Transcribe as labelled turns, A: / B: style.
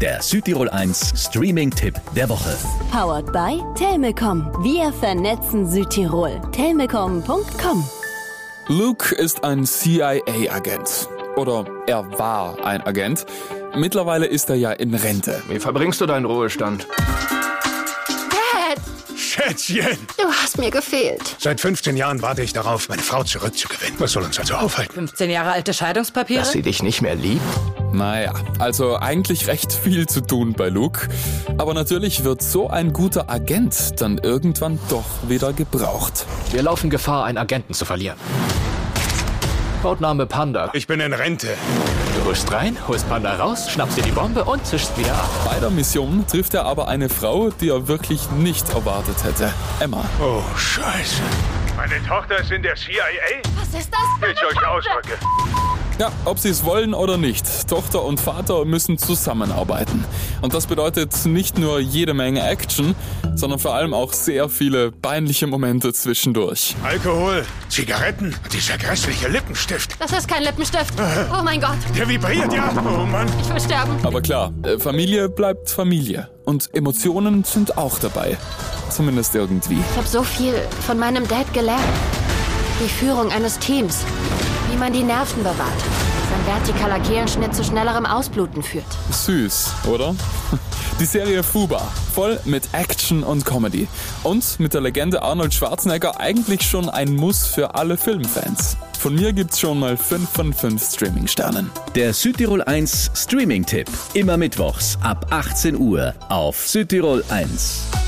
A: Der Südtirol 1 Streaming-Tipp der Woche.
B: Powered by Telmecom. Wir vernetzen Südtirol. Telmecom.com.
C: Luke ist ein CIA-Agent. Oder er war ein Agent. Mittlerweile ist er ja in Rente.
D: Wie verbringst du deinen Ruhestand?
E: Dad,
F: Schätzchen!
E: du hast mir gefehlt.
F: Seit 15 Jahren warte ich darauf, meine Frau zurückzugewinnen. Was soll uns also aufhalten?
G: 15 Jahre alte Scheidungspapiere?
D: Dass sie dich nicht mehr liebt?
C: Naja, also eigentlich recht viel zu tun bei Luke. Aber natürlich wird so ein guter Agent dann irgendwann doch wieder gebraucht.
D: Wir laufen Gefahr, einen Agenten zu verlieren. Codename Panda.
F: Ich bin in Rente.
D: Du holst rein, holst Panda raus, schnappst dir die Bombe und zischst wieder ab.
C: Bei der Mission trifft er aber eine Frau, die er wirklich nicht erwartet hätte. Emma.
F: Oh, Scheiße. Meine Tochter ist in der CIA?
E: Was ist das für eine Scheiße?
C: Ja, ob sie es wollen oder nicht, Tochter und Vater müssen zusammenarbeiten. Und das bedeutet nicht nur jede Menge Action, sondern vor allem auch sehr viele peinliche Momente zwischendurch.
F: Alkohol, Zigaretten und dieser grässliche Lippenstift.
E: Das ist kein Lippenstift. Oh mein Gott,
F: Der vibriert ja. Oh Mann.
E: ich will sterben.
C: Aber klar, äh, Familie bleibt Familie. Und Emotionen sind auch dabei. Zumindest irgendwie.
E: Ich habe so viel von meinem Dad gelernt. Die Führung eines Teams. Wie man die Nerven bewahrt. Sein vertikaler Kehlenschnitt zu schnellerem Ausbluten führt.
C: Süß, oder? Die Serie Fuba, voll mit Action und Comedy. Und mit der Legende Arnold Schwarzenegger eigentlich schon ein Muss für alle Filmfans. Von mir gibt's schon mal 5 von 5 Streaming-Sternen.
A: Der Südtirol 1 Streaming-Tipp. Immer mittwochs ab 18 Uhr auf Südtirol 1.